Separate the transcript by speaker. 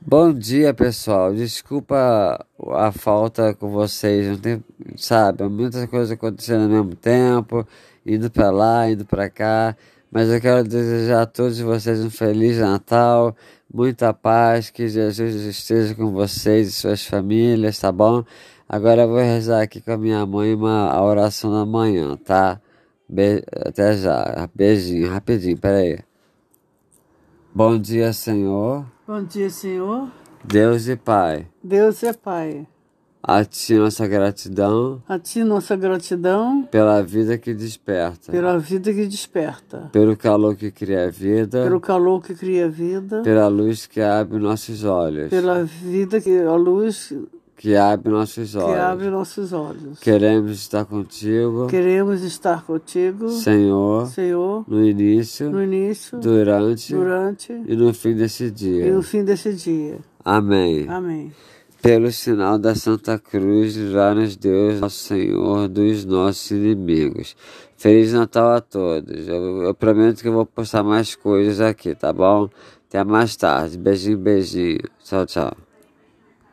Speaker 1: Bom dia, pessoal. Desculpa a falta com vocês. Não tem, sabe, muitas coisas acontecendo ao mesmo tempo, indo para lá, indo para cá. Mas eu quero desejar a todos vocês um feliz Natal, muita paz, que Jesus esteja com vocês e suas famílias, tá bom? Agora eu vou rezar aqui com a minha mãe uma a oração da manhã, tá? Be até já. Beijinho, rapidinho, peraí. Bom dia, Senhor.
Speaker 2: Bom dia, Senhor.
Speaker 1: Deus e Pai,
Speaker 2: Deus é Pai.
Speaker 1: a Ti nossa gratidão
Speaker 2: A Ti nossa gratidão
Speaker 1: pela vida que desperta,
Speaker 2: pela vida que desperta,
Speaker 1: pelo calor que cria a vida,
Speaker 2: pelo calor que cria a vida,
Speaker 1: pela luz que abre nossos olhos,
Speaker 2: pela vida que a luz
Speaker 1: que abre nossos
Speaker 2: que
Speaker 1: olhos.
Speaker 2: abre nossos olhos.
Speaker 1: Queremos estar contigo,
Speaker 2: Queremos estar contigo,
Speaker 1: Senhor,
Speaker 2: Senhor,
Speaker 1: no início,
Speaker 2: no início,
Speaker 1: durante,
Speaker 2: durante
Speaker 1: e no fim desse
Speaker 2: e
Speaker 1: dia.
Speaker 2: no fim desse dia.
Speaker 1: Amém.
Speaker 2: Amém.
Speaker 1: Pelo sinal da Santa Cruz, livrai-nos Deus, nosso Senhor, dos nossos inimigos. Feliz Natal a todos. Eu, eu prometo que eu vou postar mais coisas aqui, tá bom? Até mais tarde. Beijinho, beijinho. Tchau, tchau.